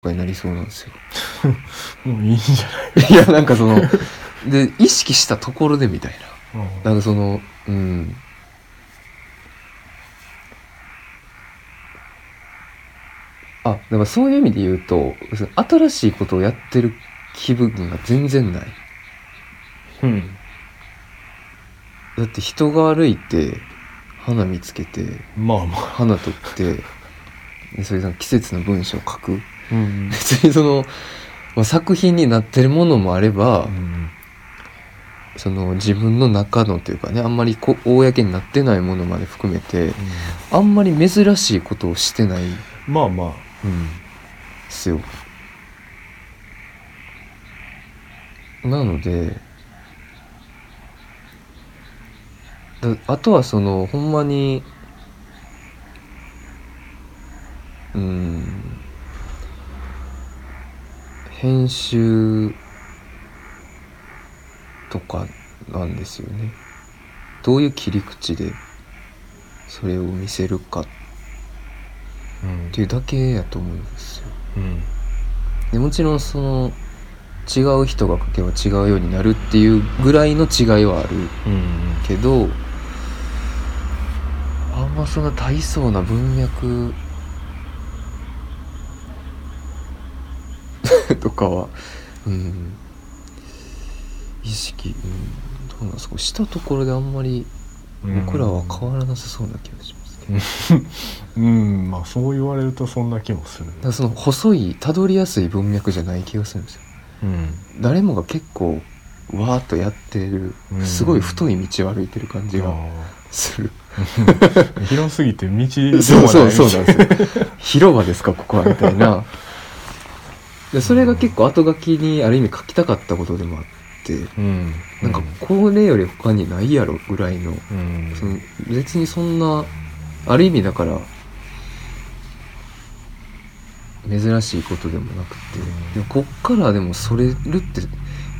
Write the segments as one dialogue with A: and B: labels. A: かになりそうなんですよ。
B: もういいんじゃ
A: いや、なんかその、で、意識したところでみたい
B: ない、
A: な。なんかその、うん。あ、だからそういう意味で言うと、その新しいことをやってる気分が全然ない。
B: うんうん
A: だって人が歩いて、花見つけて、
B: まあまあ、
A: 花取って、でそれさ季節の文章を書く。
B: うん
A: 別にその、まあ、作品になってるものもあれば、
B: うん
A: その自分の中のというかねあんまりこ公になってないものまで含めてあんまり珍しいことをしてない、うん、
B: まあまあ
A: ですよなのでだあとはそのほんまにうん編集とかなんですよねどういう切り口でそれを見せるかっ
B: うん
A: ていうだけやと思うんですよ
B: うん
A: でもちろんその違う人が書けば違うようになるっていうぐらいの違いはある
B: うん
A: けどあんまそんな大層な文脈 とかはうん意識、うん、どうなんですかしたところであんまり
B: うん
A: 僕らは変わらなさそうな気がしますけど、だ
B: うんまあそう言われるとそんな気もする
A: からその細いたどりやすい文脈じゃない気がするんですよ
B: うん
A: 誰もが結構わーっとやってる
B: うん
A: すごい太い道を歩いてる感じ
B: あ
A: がする、
B: ー広すぎて道でもない
A: そうそうそうなん ですよ広場ですかここはみたいなでそれが結構後書きにある意味書きたかったことでもあって
B: うん
A: なんかこれより他にないやろぐらいの
B: うん
A: その別にそんなある意味だから珍しいことでもなくてでもこっからでもそれるって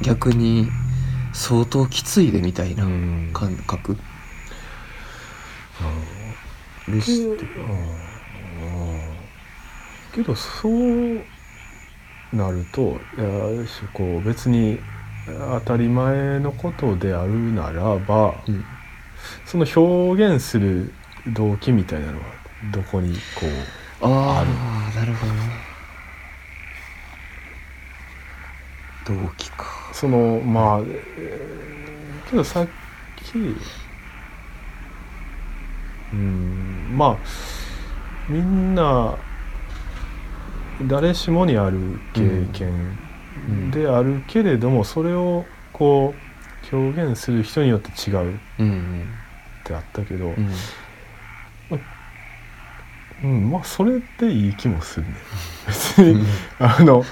A: 逆に相当きついでみたいな
B: うん
A: 感覚でして
B: けどそうなるといやある種こう別に当たり前のことであるならば
A: うん
B: その表現する動機みたいなのはどこにこう
A: ああなるほどね同期か
B: そのまあ、えーけどさっきうんまあみんな誰しもにある経験であるけれども、それをこう表現する人によって違うっ
A: うん
B: てあったけど、
A: うん
B: うん、まあそれでいい気もするね別に、
A: うん
B: あの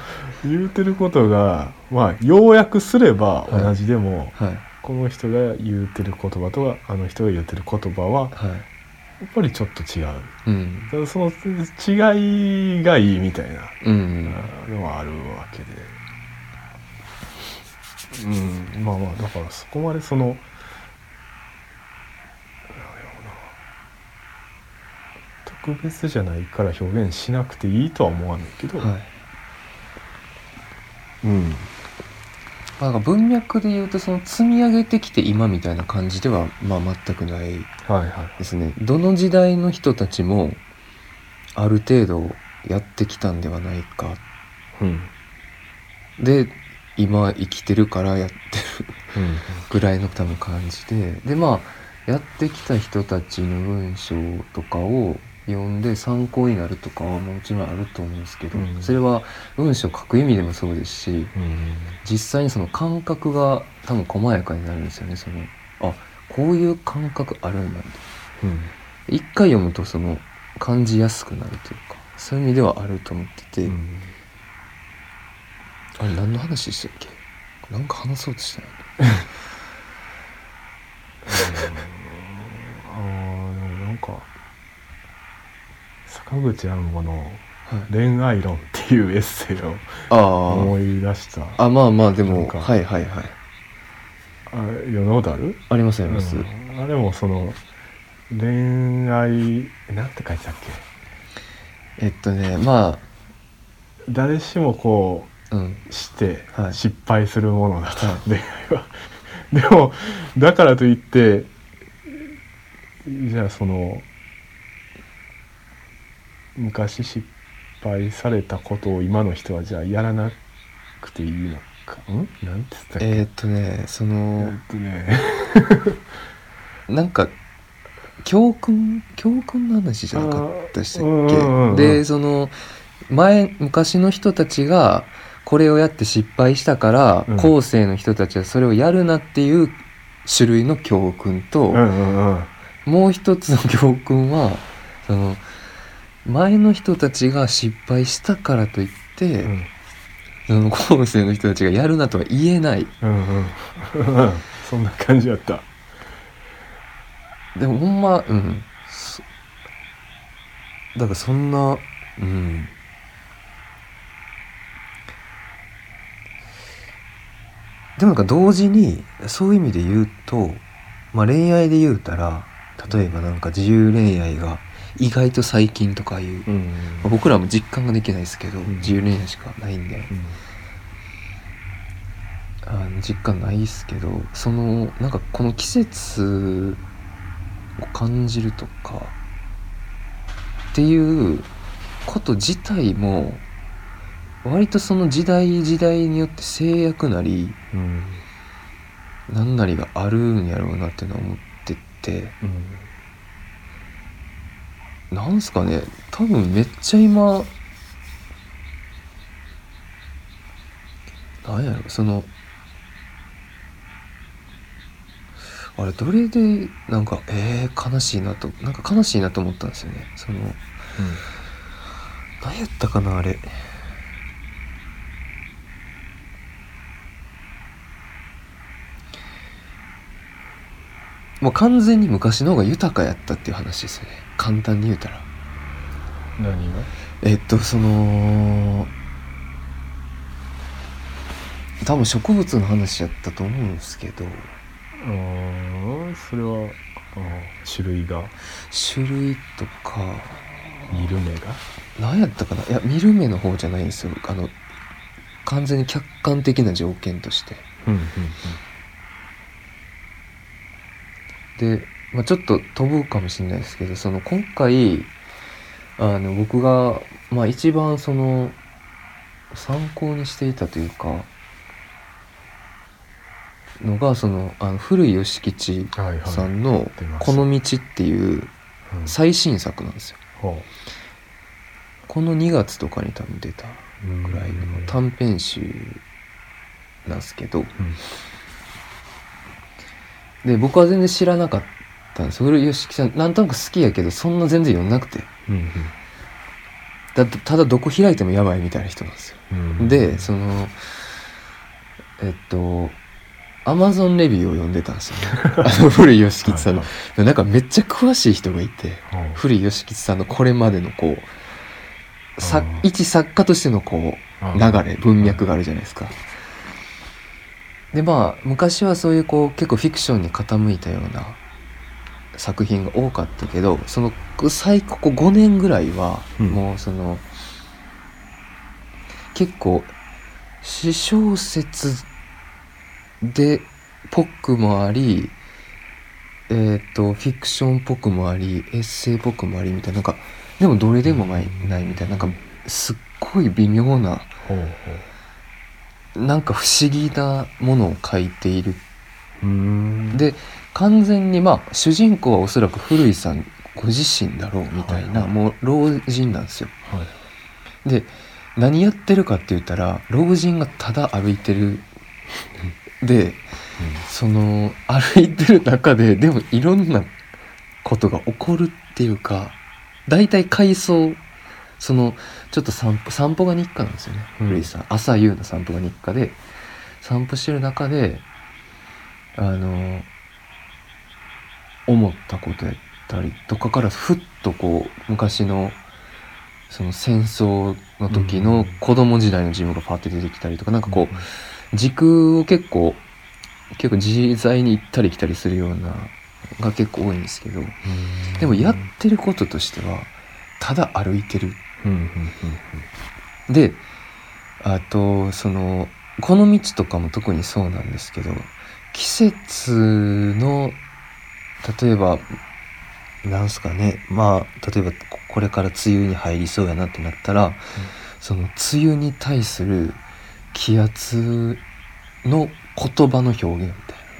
B: 言うてることがまあ要約すれば同じでも、
A: はい
B: この人が言うてる言葉とはあの人が言ってる言葉は
A: はい
B: やっぱりちょっと違うだ
A: うん
B: からその違いがいいみたいな
A: うん
B: あのはあるわけでうんまあまあだからそこまでそのなんやろうな特別じゃないから表現しなくていいとは思わないけど、
A: はい
B: うん
A: なんか文脈で言うとその積み上げてきて今みたいな感じではまあ全くない
B: はいはい
A: ですねどの時代の人たちもある程度やってきたんではないか
B: うん
A: で今生きてるからやってる
B: うん
A: ぐらいの多分感じででまあやってきた人たちの文章とかを読んで参考になるとかはもちろんあると思うんですけど、
B: うん
A: それは文章書く意味でもそうですし、
B: うん
A: 実際にその感覚が多分細やかになるんですよねそのあこういう感覚あるんだって
B: うん
A: 一回読むとその感じやすくなるというかそういう意味ではあると思ってて、
B: うん
A: あれ何の話してたっけなんか話そうとしてない
B: あーでもなんか坂口安吾の
A: はい
B: 「恋愛論」っていうエッセイを
A: あ
B: 思い出した
A: ああまあまあで
B: な
A: も
B: んか
A: はいはいはい
B: あ世のだる
A: ありますあります、
B: うんあれもその恋愛なんて書いてたっ
A: えっとねまあ
B: 誰しもこ
A: うん
B: うして
A: はい
B: 失敗するものだと、恋愛は。 でもだからといってじゃあその昔失敗されたことを今の人はじゃあやらなくていいのかんなんて言ったっけ
A: えーっとねそ
B: え
A: の
B: ーっとね
A: なんか教訓教訓の話じゃなかったでしたっ
B: あーうんうんうん
A: けでその前昔の人たちがこれをやって失敗したから、
B: うん
A: 後世の人たちはそれをやるなっていう種類の教訓と、
B: うんうんうん
A: もう一つの教訓はその前の人たちが失敗したからといって、
B: うん
A: その後世の人たちがやるなとは言えない
B: うんうん、そんな感じやった。
A: でもほんまうんそだからそんなうんでもなんか同時にそういう意味で言うと、まあ、恋愛で言うたら例えばなんか自由恋愛が意外と最近とかいう、
B: うん
A: まあ僕らも実感ができないですけど、
B: ん
A: 自由恋愛しかないんであの実感ないっすけどそのなんかこの季節を感じるとかっていうこと自体も割とその時代時代によって制約なり
B: うん
A: なんなりがあるんやろうなっていうのは思ってて
B: うん
A: なんすかね多分めっちゃ今なんやろそのあれどれでなんかえー、悲しいなとなんか悲しいなと思ったんですよねその何やったかなあれもう完全に昔の方が豊かやったっていう話ですよね簡単に言うたら
B: 何が
A: えっとその多分植物の話やったと思うんですけど
B: うんそれはあ種類が
A: 種類とか
B: 見る目が
A: 何やったかないや見る目の方じゃないんですよあの完全に客観的な条件として
B: うん
A: で、まあ、ちょっと飛ぶかもしれないですけどその今回あの僕が、まあ、一番その参考にしていたというかのがそのあの古い吉吉
B: はいはい
A: さんの
B: 出ま
A: 「
B: す
A: この道」っていう
B: うん
A: 最新作なんですよ。
B: ほ
A: この2月とかに多分出た
B: ううん
A: ぐらいの短編集なんですけど、で僕は全然知らなかったんです古い吉木さんなんとなく好きやけどそんな全然読んなくて
B: うん
A: だってただどこ開いてもやばいみたいな人なんですよ、
B: うんうん
A: でそのえっとアマゾンレビューを読んでたんです よ、ね、あの古い吉吉さんの、
B: はい
A: なんかめっちゃ詳しい人がいて
B: はい
A: 古い吉吉さんのこれまでのこうさ
B: あー
A: 一作家としてのこう
B: あ
A: 流れ文脈があるじゃないですか。でまあ昔はそういうこう結構フィクションに傾いたような作品が多かったけどその最ここ5年ぐらいは
B: うん
A: もうその、結構私小説でぽくもありえっ、とフィクションっぽくもありエッセイっぽくもありみたいななんかでもどれでもないないみたいななんかすっごい微妙な。
B: ほうほ
A: なんか不思議なものを書いている。
B: ううん
A: で完全にまあ主人公はおそらく古井さんご自身だろうみたいな、
B: はいはい
A: もう老人なんですよ。
B: はい
A: で何やってるかって言ったら老人がただ歩いてる。でその歩いてる中ででもいろんなことが起こるっていうか大体回想そのちょっと散歩散歩が日課なんですよね、
B: うん
A: 古井さん朝夕の散歩が日課で散歩してる中であの思ったことやったりとかからふっとこう昔のその戦争の時の子供時代の自分がパッて出てきたりとかなんかこう、時空を結構結構自在に行ったり来たりするようなが結構多いんですけど
B: うん
A: でもやってることとしてはただ歩いてる
B: うんうん
A: であとそのこの道とかも特にそうなんですけど季節の例えばなんすかねまあ例えばここれから梅雨に入りそうやなってなったら、その梅雨に対する気圧の言葉の表現みたいな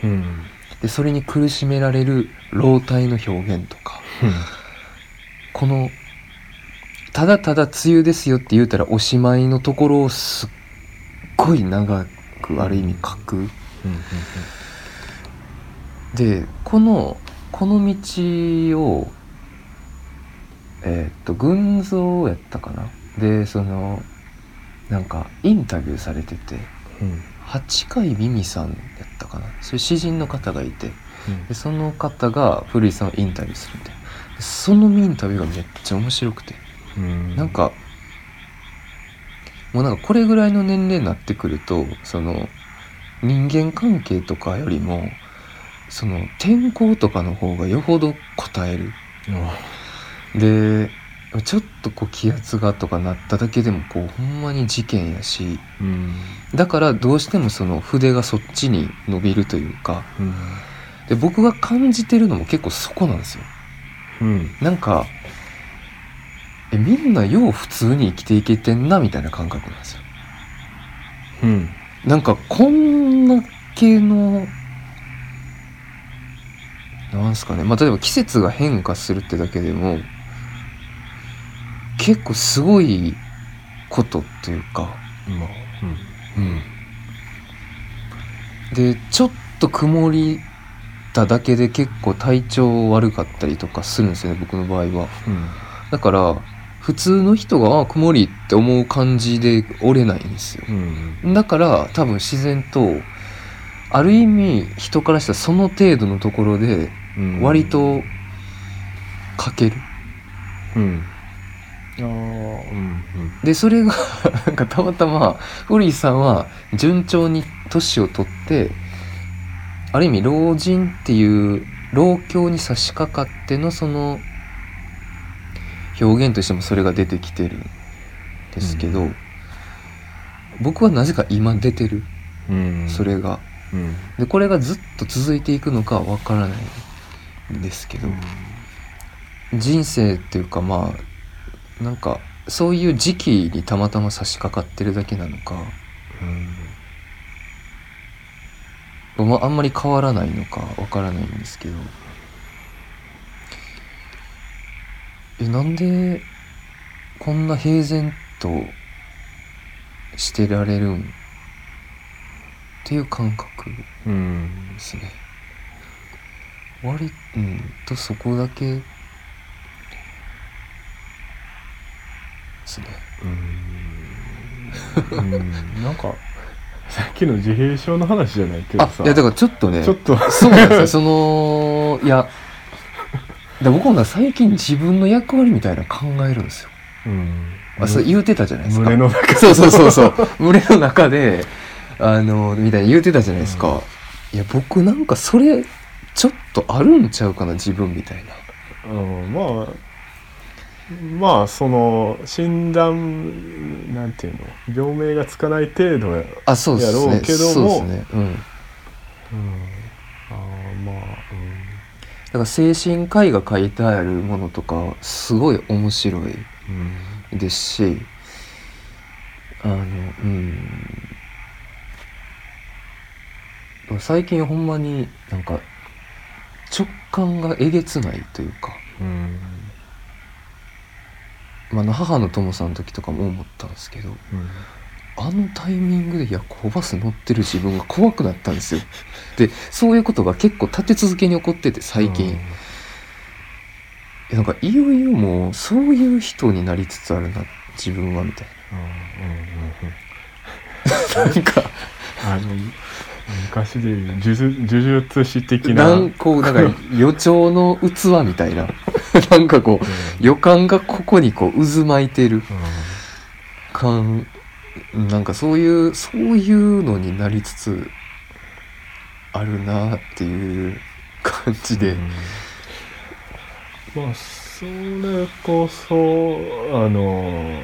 B: うん
A: でそれに苦しめられる老体の表現とかこのただただ梅雨ですよって言うたらおしまいのところをすっごい長くある意味書く。でこのこの道をえーっと群像やったかなでそのなんかインタビューされてて八海美美さんやったかなそういう詩人の方がいてでその方が古井さんをインタビューするみたいなでそのインタビューがめっちゃ面白くて
B: うん
A: なんかもうなんかこれぐらいの年齢になってくるとその人間関係とかよりもその天候とかの方がよほど答えるでちょっとこう気圧がとかなっただけでもこうほんまに事件やし
B: うん
A: だからどうしてもその筆がそっちに伸びるというか
B: うん
A: で僕が感じてるのも結構そこなんですよ
B: うん
A: なんかえみんなよう普通に生きていけてんなみたいな感覚なんですよ
B: うん
A: なんかこんな系のなんすかねまあ例えば季節が変化するってだけでも結構すごいことというか、
B: まあ
A: でちょっと曇りただけで結構体調悪かったりとかするんですよね僕の場合は
B: うん
A: だから普通の人があ曇りって思う感じで折れないんですよ
B: うん
A: だから多分自然とある意味人からしたらその程度のところで
B: うん
A: 割と書ける、
B: うんああうん
A: でそれが なんかたまたまフリーさんは順調に年を取ってある意味老人っていう老境に差し掛かってのその表現としてもそれが出てきてるんですけど、僕はなぜか今出てる
B: うんうん
A: それが。
B: うん
A: でこれがずっと続いていくのかわからないんですけど、人生っていうかまあなんかそういう時期にたまたま差し掛かってるだけなのか、まあ、あんまり変わらないのかわからないんですけどえなんでこんな平然としてられるんっていう感覚
B: うんうん
A: ですね割うんとそこだけですね
B: うんうん なんかさっきの自閉症の話じゃないけど
A: あ
B: さ
A: いやだからちょっとね
B: ちょっと
A: そうなんですよそのいやで僕もな最近自分の役割みたいなの考えるんですよ
B: うん
A: あそれ言うてたじゃないですか
B: 群れの中
A: そうそうそうそう群れの中であのみたいに言うてたじゃないですか、いや僕なんかそれちょっとあるんちゃうかな自分みたいな
B: うんまあまあその診断なんていうの病名がつかない程度や、
A: あそうです
B: やろ
A: ね
B: うけども
A: そうですねうん
B: うん、あーまあ、
A: だから精神科医が書いてあるものとかすごい面白い
B: うんうん
A: ですしあのうん最近ほんまになんか直感がえげつないというか、
B: うん
A: まあ、あの母の友さんの時とかも思ったんですけど
B: うん
A: あのタイミングで夜行バス乗ってる自分が怖くなったんですよ。でそういうことが結構立て続けに起こってて最近。えなんかいよいよもうそういう人になりつつあるな自分はみたい
B: うんうんうんう
A: な
B: ん
A: なんか
B: あの昔でいう呪術呪術師的な
A: なんこうなんか予兆の器みたいな なんかこう
B: うん
A: 予感がここにこう渦巻いてる感なんかそういうそういうのになりつつあるなっていう感じで、
B: うんまあそれこそあの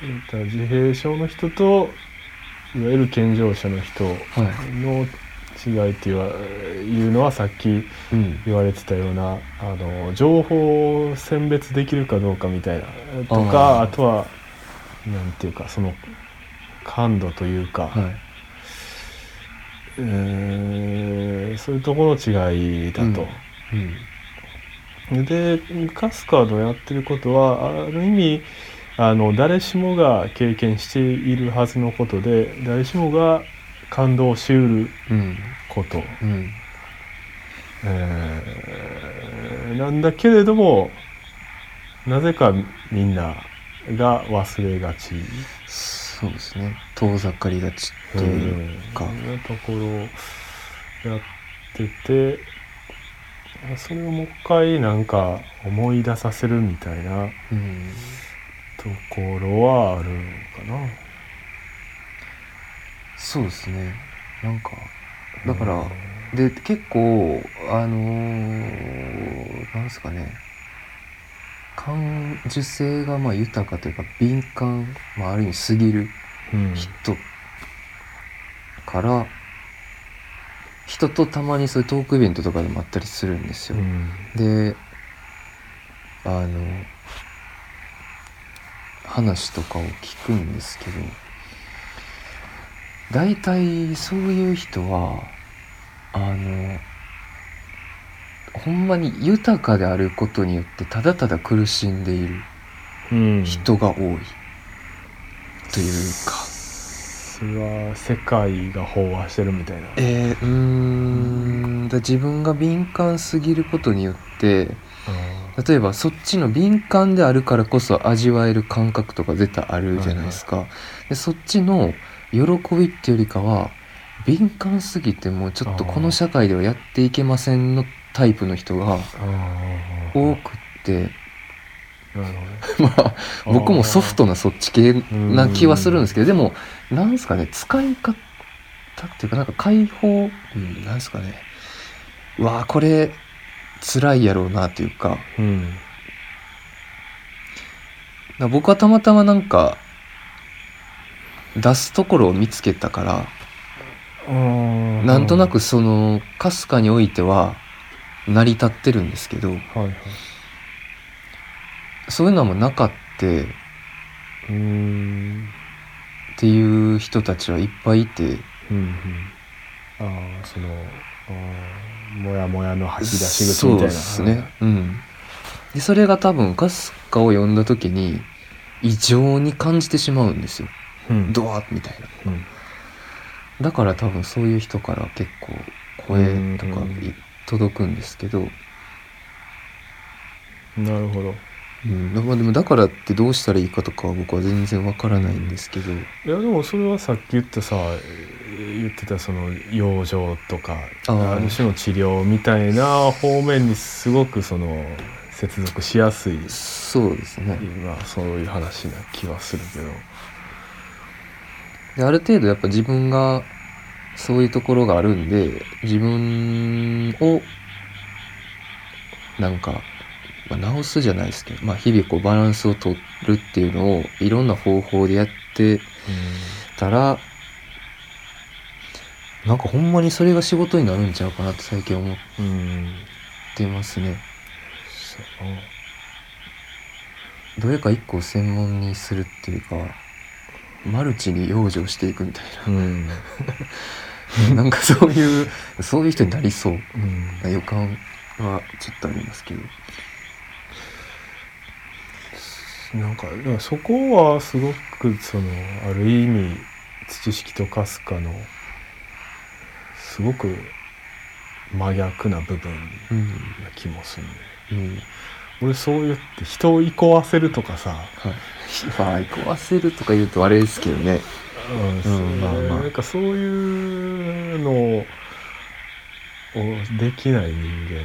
B: 言ったら自閉症の人といわゆる健常者の人
A: はい
B: の違いっていうはいうのはさっき
A: うん
B: 言われてたようなあの情報を選別できるかどうかみたいなとか
A: あー
B: あとはなんていうかその感度というか、
A: はいう
B: ーんそういうところの違いだと。
A: うん
B: でカスカーのやってることはある意味あの誰しもが経験しているはずのことで誰しもが感動しうる
A: うん
B: こと、
A: うん
B: えーなんだけれどもなぜかみんなが忘れがち
A: そうですね遠ざかりがち
B: と
A: と
B: い
A: いう
B: う
A: か
B: ところをやっててそれをもう一回なんか思い出させるみたいな。
A: うん
B: ところはあるのかな。
A: そうですねなんかだから、
B: うん
A: で結構あのーなんですかね感受性がまあ豊かというか敏感、まあ、ある意味すぎる
B: うん
A: 人から、人とたまにそういうトークイベントとかでもあったりするんです
B: う
A: よ。
B: ん
A: であの話とかを聞くんですけど大体そういう人はあのほんまに豊かであることによってただただ苦しんでいる
B: うん
A: 人が多いというか、
B: それは世界が飽和してるみたいな。
A: えーうーんだ自分が敏感すぎることによって
B: あ
A: 例えばそっちの敏感であるからこそ味わえる感覚とか絶対あるじゃないですか、でそっちの喜びっていうよりかは敏感すぎてもうちょっとこの社会ではやっていけませんのタイプの人が
B: ーあー
A: 多くって
B: なるほど ね
A: まあ僕もソフトなそっち系な気はするんですけどでもなんですかね使い方っていうかなんか解放、うん、なんですかねうわあこれ辛いやろうなというか。
B: うん
A: だから僕はたまたまなんか出すところを見つけたから
B: うん
A: なんとなくそのかすかにおいては成り立ってるんですけど
B: はいはい
A: そういうのはもうなかったっ
B: うん
A: ていう人たちはいっぱいいて
B: うんうんああそのあーもやもやの吐き出し口
A: そ
B: み
A: う
B: たい
A: で
B: な。
A: すね、うん、でそれが多分かすかを呼んだ時に異常に感じてしまうんですよ
B: うん
A: ドワーッみたいな
B: うん
A: だから多分そういう人から結構声とかい届くんですけど、
B: なるほど。
A: うん、まあでもだからってどうしたらいいかとかは僕は全然わからないんですけど、
B: いやでもそれはさっき言ったさ言ってたその養生とか
A: あー
B: ある種の治療みたいな方面にすごくその接続しやすい
A: そうですね
B: 今そういう話な気はするけど
A: である程度やっぱ自分がそういうところがあるんで自分をなんか、まあ、直すじゃないですけど、まあ、日々こうバランスを取るっていうのをいろんな方法でやってたらなんかほんまにそれが仕事になるんちゃうかなって最近思っ
B: うんうん
A: てますね。
B: そうや
A: どれか一個を専門にするっていうかマルチに養生していくみたい
B: なうん
A: ななんかそういうそういう人になりそう
B: うん
A: な予感はちょっとありますけど
B: なんかだからそこはすごくそのある意味土式とかすかのすごく真逆な部分
A: うん
B: な気もするね
A: うん
B: 俺そう言って人をいこわせるとかさ、
A: はいまあ壊せるとか言うとあれですけどね
B: そう
A: まあまあ
B: なんかそういうのをできない人間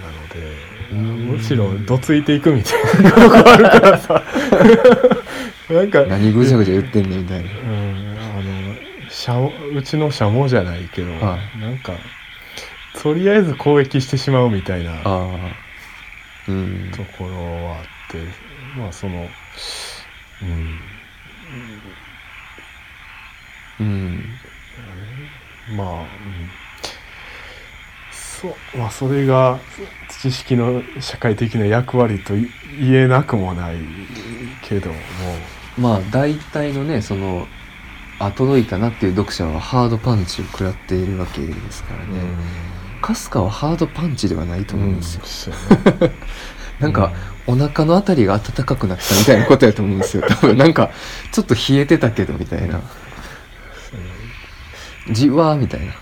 B: なので、
A: うん
B: むしろどついていくみたいなとこあるか らさなんか、うん、あ
A: 何ぐちゃぐちゃ言ってんねんみたいな
B: のしゃもうちのしゃもじゃないけど、
A: は
B: なんかとりあえず攻撃してしまうみたいな。
A: ああうん
B: ところはあってまあその
A: うん
B: うんまあ、うん、そうまあそれが知識の社会的な役割とい言えなくもないけども
A: まあ大体のねそのあ届いたなっていう読者はハードパンチを食らっているわけですからね、かすかはハードパンチではないと思うんですよ、
B: そうや
A: なんか、お腹のあたりが暖かくなったみたいなことやと思うんですよ多分なんかちょっと冷えてたけどみたいなじわーみたいな
B: な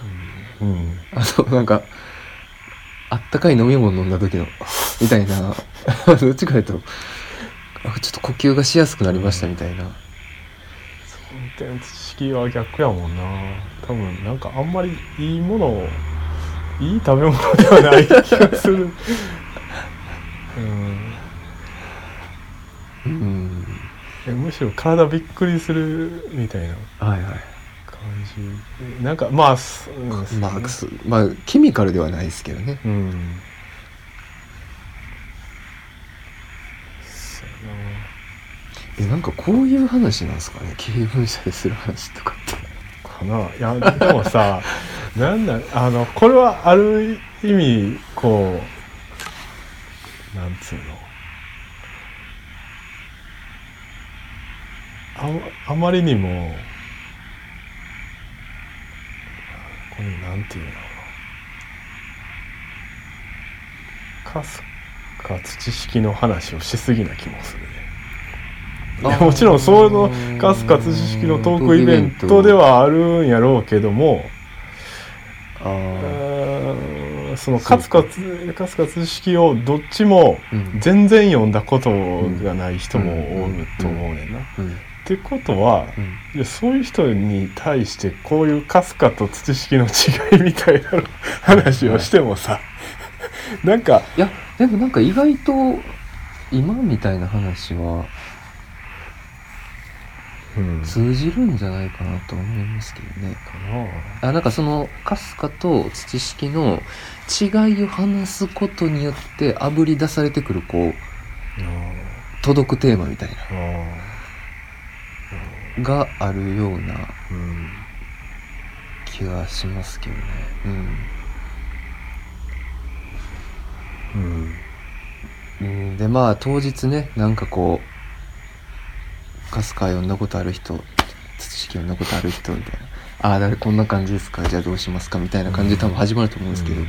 B: うん
A: あとなんかあったかい飲み物飲んだ時のみたいな どっちかやとあちょっと呼吸がしやすくなりましたみたいな
B: 運転知識は逆やもんな多分なんかあんまりいいものをいい食べ物ではない気がするうん
A: うん
B: えむしろ体びっくりするみたいな
A: はいはい
B: 感じなんかまあ、すうん
A: まあ、そまあケミカルではないですけどね
B: うんそうやな
A: えなんかこういう話なんですかね経営分社でする話とかって
B: かないやでもさ なんなんあのこれはある意味こうなんつうのああまりにもこれなんていうのかすかつ知識の話をしすぎな気もするね。いや
A: あー
B: もちろんそのカスカツ知識のトークイベントではあるんやろうけども、
A: ああ
B: うーんそのカツカツカツカツ知識をどっちも
A: うん
B: 全然読んだことがない人もおると思うねんな。っ
A: うん
B: てことはでそういう人に対してこういうカスカと土式の違いみたいなの話をしてもさ なんか
A: いやでもなんか意外と今みたいな話は
B: うんか
A: 通じるんじゃないかなと思いますけどね
B: な
A: あなんかそのかすかと土式の違いを話すことによってあぶり出されてくるこう届くテーマみたい
B: ああ
A: ながあるような
B: うん
A: 気がしますけどね
B: うん
A: うん、うん、でまあ当日ねなんかこうかすか読んだことある人土式読んだことある人みたいなああだからこんな感じですかじゃあどうしますかみたいな感じで多分始まると思うんですけど、
B: うん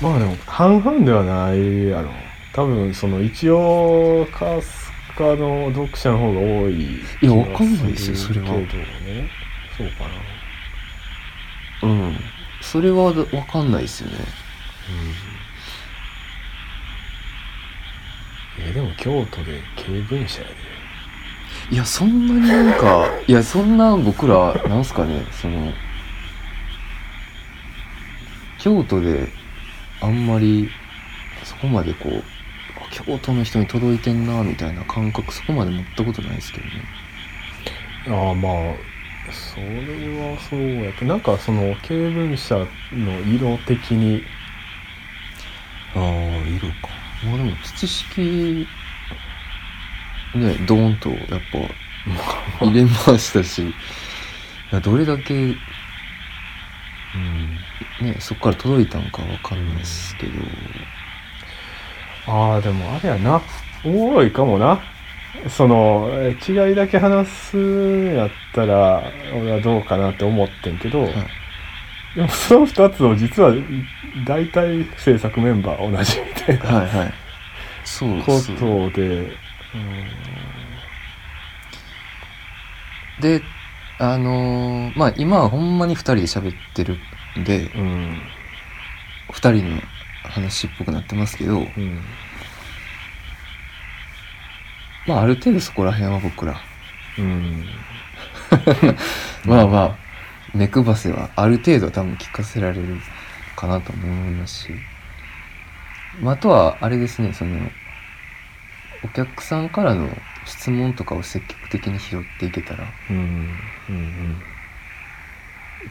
B: まあでも半々ではないやろ多分その一応カスカの読者の方が多い
A: いやわかんないですよそれは
B: けどねそうかな
A: うん。それは分かんないですよね。
B: えでも京都で経文社やで
A: いや、そんなになんか、いや、そんな僕ら、なんすかね、その、京都であんまり、そこまでこう、あ京都の人に届いてんな、みたいな感覚、そこまで持ったことないですけどね。
B: ああまあそれはそうやけどなんかその経文社の色的に
A: ああ、色か。まあでも、土式、ね、ドーンと、やっぱ、入れましたし、いやどれだけね、そこから届いたのかわかんないですけど、
B: ああでもあれやなおもろいかもなそのえー違いだけ話すんやったら俺はどうかなって思ってんけど、
A: はい
B: でもその2つを実は大体制作メンバー同じみたいな
A: はいはいそう
B: こ
A: です
B: とで
A: であのーまあ今はほんまに2人で喋ってるんで
B: うんうん
A: 2人の話っぽくなってますけど、
B: うん
A: まあある程度そこら辺は僕ら、
B: うん
A: まあまあ目くばせはある程度多分聞かせられるかなと思いますし、まあ、あとはあれですねそのお客さんからの質問とかを積極的に拾っていけたら
B: うんうん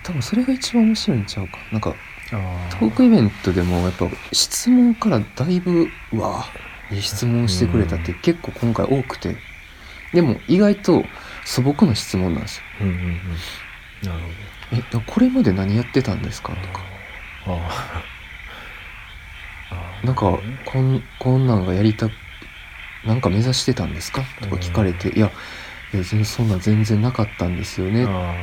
A: 多分それが一番面白いんちゃうかなんか
B: ああ
A: トークイベントでもやっぱ質問からだいぶうわいい質問してくれたって結構今回多くてでも意外と素朴な質問なんですよ
B: うんうんうんなる
A: 「えなこれまで何やってたんですか?」とか
B: ほどあ
A: 「
B: あ
A: なんかこんこんなんがやりたなんか目指してたんですか?」とか聞かれて「いやいや全然そんなん全然なかったんですよね」
B: あ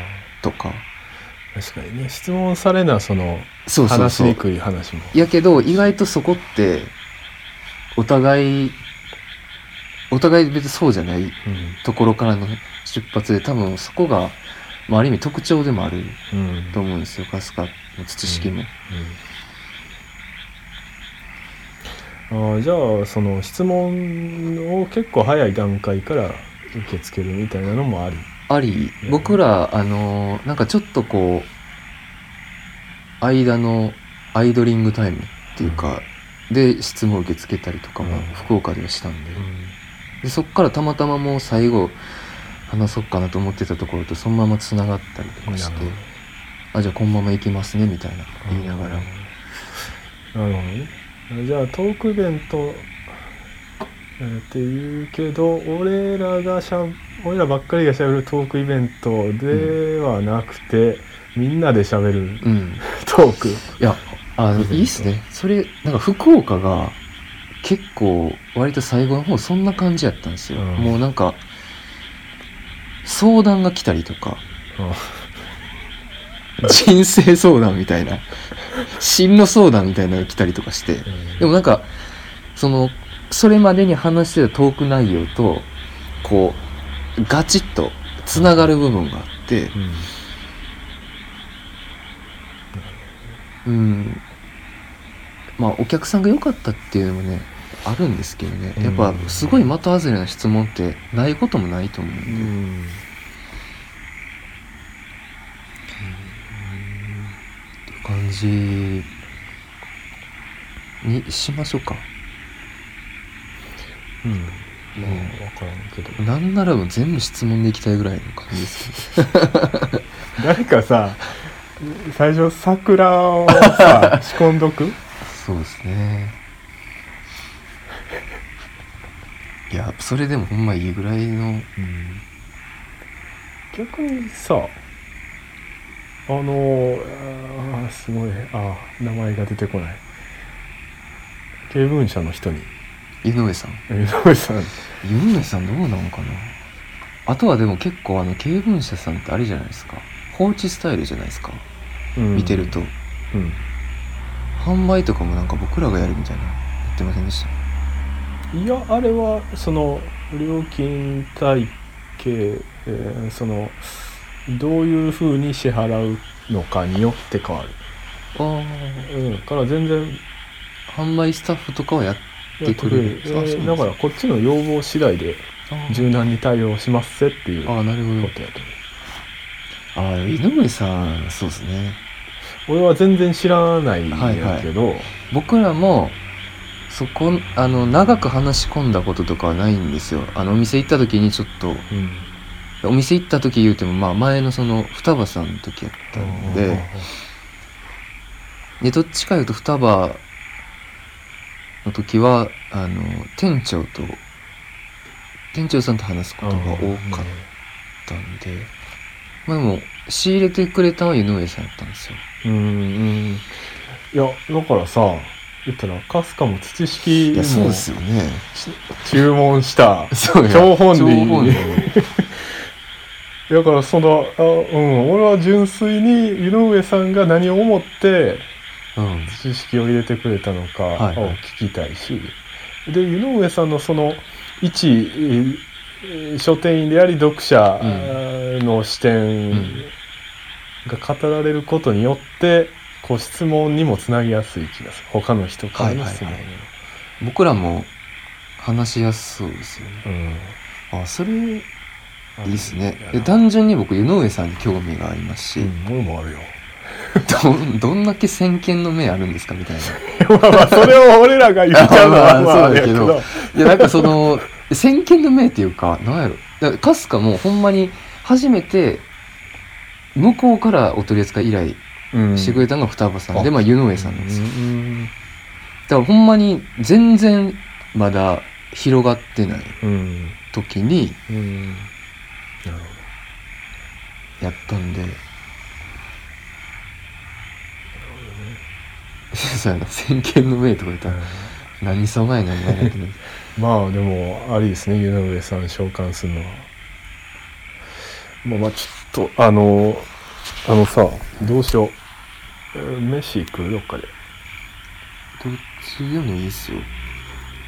A: とか
B: あ確かにね質問されなその
A: そうそう
B: 話し
A: そう
B: にくい話も
A: やけど意外とそこってお互いお互い別にそうじゃない
B: うん
A: ところからの出発で多分そこが、まあ、ある意味特徴でもある
B: うん
A: と思うんですよ春日の式も。
B: うんあーじゃあその質問を結構早い段階から受け付けるみたいなのもあり
A: あり
B: うん
A: 僕らあのなんかちょっとこう間のアイドリングタイムっていうか、で質問を受け付けたりとかも
B: うん
A: 福岡ではしたんで,、でそっからたまたまもう最後話そっかなと思ってたところとそのままつながったりとかして「あじゃあこのまま行きますね」みたいな言いながら。
B: なるほどねじゃあトークイベント、えーっていうけど俺らがしゃ俺らばっかりがしゃべるトークイベントではなくて、みんなでしゃべる
A: うん
B: トーク
A: いやあの
B: イベント
A: いいっすねそれなんか福岡が結構割と最後の方そんな感じやったんですよ、
B: うん
A: もうなんか相談が来たりとか人生相談みた いな進路相談みたいなのが来たりとかしてでもなんかそのそれまでに話してたトーク内容とこうガチッとつながる部分があって、
B: うん
A: うん、まあお客さんが良かったっていうのもねあるんですけどねやっぱ
B: うん
A: すごい的外れな質問ってないこともないと思うん
B: う
A: で、
B: ん
A: 感じにしましょうか
B: うんまあ分からんけど
A: なんならもう全部質問でいきたいぐらいの感じですけど
B: 誰かさ最初桜をさ仕込んどく
A: そうですねいやそれでもほんまいいぐらいの
B: 逆にさあのーあーすごいあー名前が出てこない経文社の人に
A: 井上さん
B: 江上さん
A: 井上さんどうなのかなあとはでも結構あの経文社さんってあれじゃないですか放置スタイルじゃないですか
B: うん
A: 見てると、
B: うん
A: 販売とかもなんか僕らがやるみたいな言ってませんでした
B: いやあれはその料金体系、えーそのどういうふうに支払うのかによって変わる
A: あ
B: うん、から全然
A: あ販売スタッフとかはやっ
B: やってくれる
A: やってくれるあそうなんだ
B: だからこっちの要望次第で柔軟に対応しますせっていう
A: あ
B: こ
A: あなるほ
B: と
A: ど
B: やと思
A: ああ井上さんそうですね
B: う俺は全然知らないんやけど、
A: 僕らもそこあの長く話し込んだこととかはないんですよあのお店行った時にちょっ
B: うん
A: とお店行った時言うてもまあ前のその双葉さんの時やったんで、でどっちかいうと双葉の時はあの店長と店長さんと話すことが多かったんで、まあでも仕入れてくれたのは井上さんやったんですよ。
B: うんうんいやだからさ言ったら春日も土式も
A: よね。
B: 注 文した
A: そうや
B: 張本人
A: 張本人
B: だからそのあ、うん、俺は純粋に井上さんが何を思って
A: うん
B: 知識を入れてくれたのかを
A: はいはい
B: 聞きたいし、で井上さんのその一えーえー書店員であり読者
A: うん
B: の視点
A: うん
B: が語られることによってこう質問にもつなぎやすい気がする他の人からの質問に
A: はい僕らも話しやすそうですよね。
B: うん
A: あそれい
B: あ
A: いっすね。
B: い
A: で
B: や
A: 単純に僕井上さんに興味がありますし、
B: うん俺もあるよ
A: どどんだ け先見の目あるんですかみたいな。
B: まあまあそれを俺らが言っちゃう
A: ま
B: の
A: あま
B: は
A: あ
B: まあ
A: そうだけど
B: あれや
A: いやなんかその先見の明っていうかなんやろだから春日もほんまに初めて向こうからお取り扱い依頼
B: けどうん
A: してくれたのが双葉さんで、
B: あ
A: まあ、湯上さんなんですよ
B: うん
A: だからほんまに全然まだ広がってない
B: うん
A: 時に
B: うんなる
A: やったんでそうやな先見の明とか言っ
B: ほ
A: た
B: ど
A: ら
B: ね
A: 何様や何々やけど
B: まあでもありですね湯上さん召喚するのはまあまあちょっとあのあのさどうしようえー飯行くどっかで
A: どっちでもいいっすよ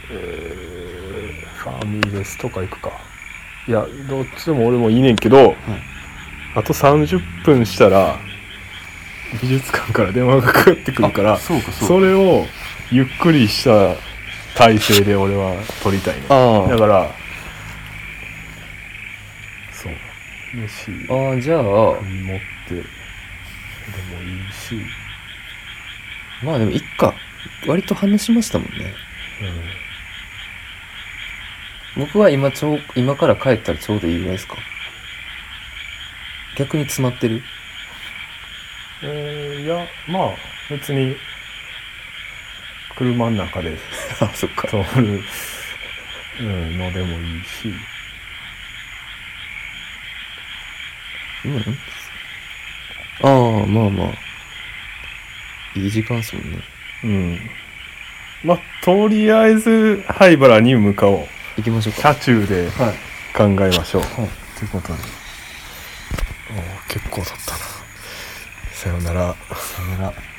B: ファミレスとか行くかいやどっちでも俺もいいねんけど、あと30分したら美術館から電話がかかってくるから
A: あそうかそうか
B: それをゆっくりした体勢で俺は撮りたいね
A: あ
B: だ
A: ー
B: からそう飯
A: あーじゃあ
B: 持ってでもいいし、
A: まあでもいっか割と話しましたもんね僕は今ちょう今から帰ったらちょうどいいぐらいですか逆に詰まってる
B: えーいやまあ別に車の中で
A: あそっか
B: 通るうんのでもいいし
A: うんああまあまあいい時間っすもんね
B: うんまあとりあえず灰原に向かおう
A: 行きましょうか
B: 車中で
A: はい
B: 考えましょう
A: はい
B: ということでおー結構経ったなさよなら
A: さよなら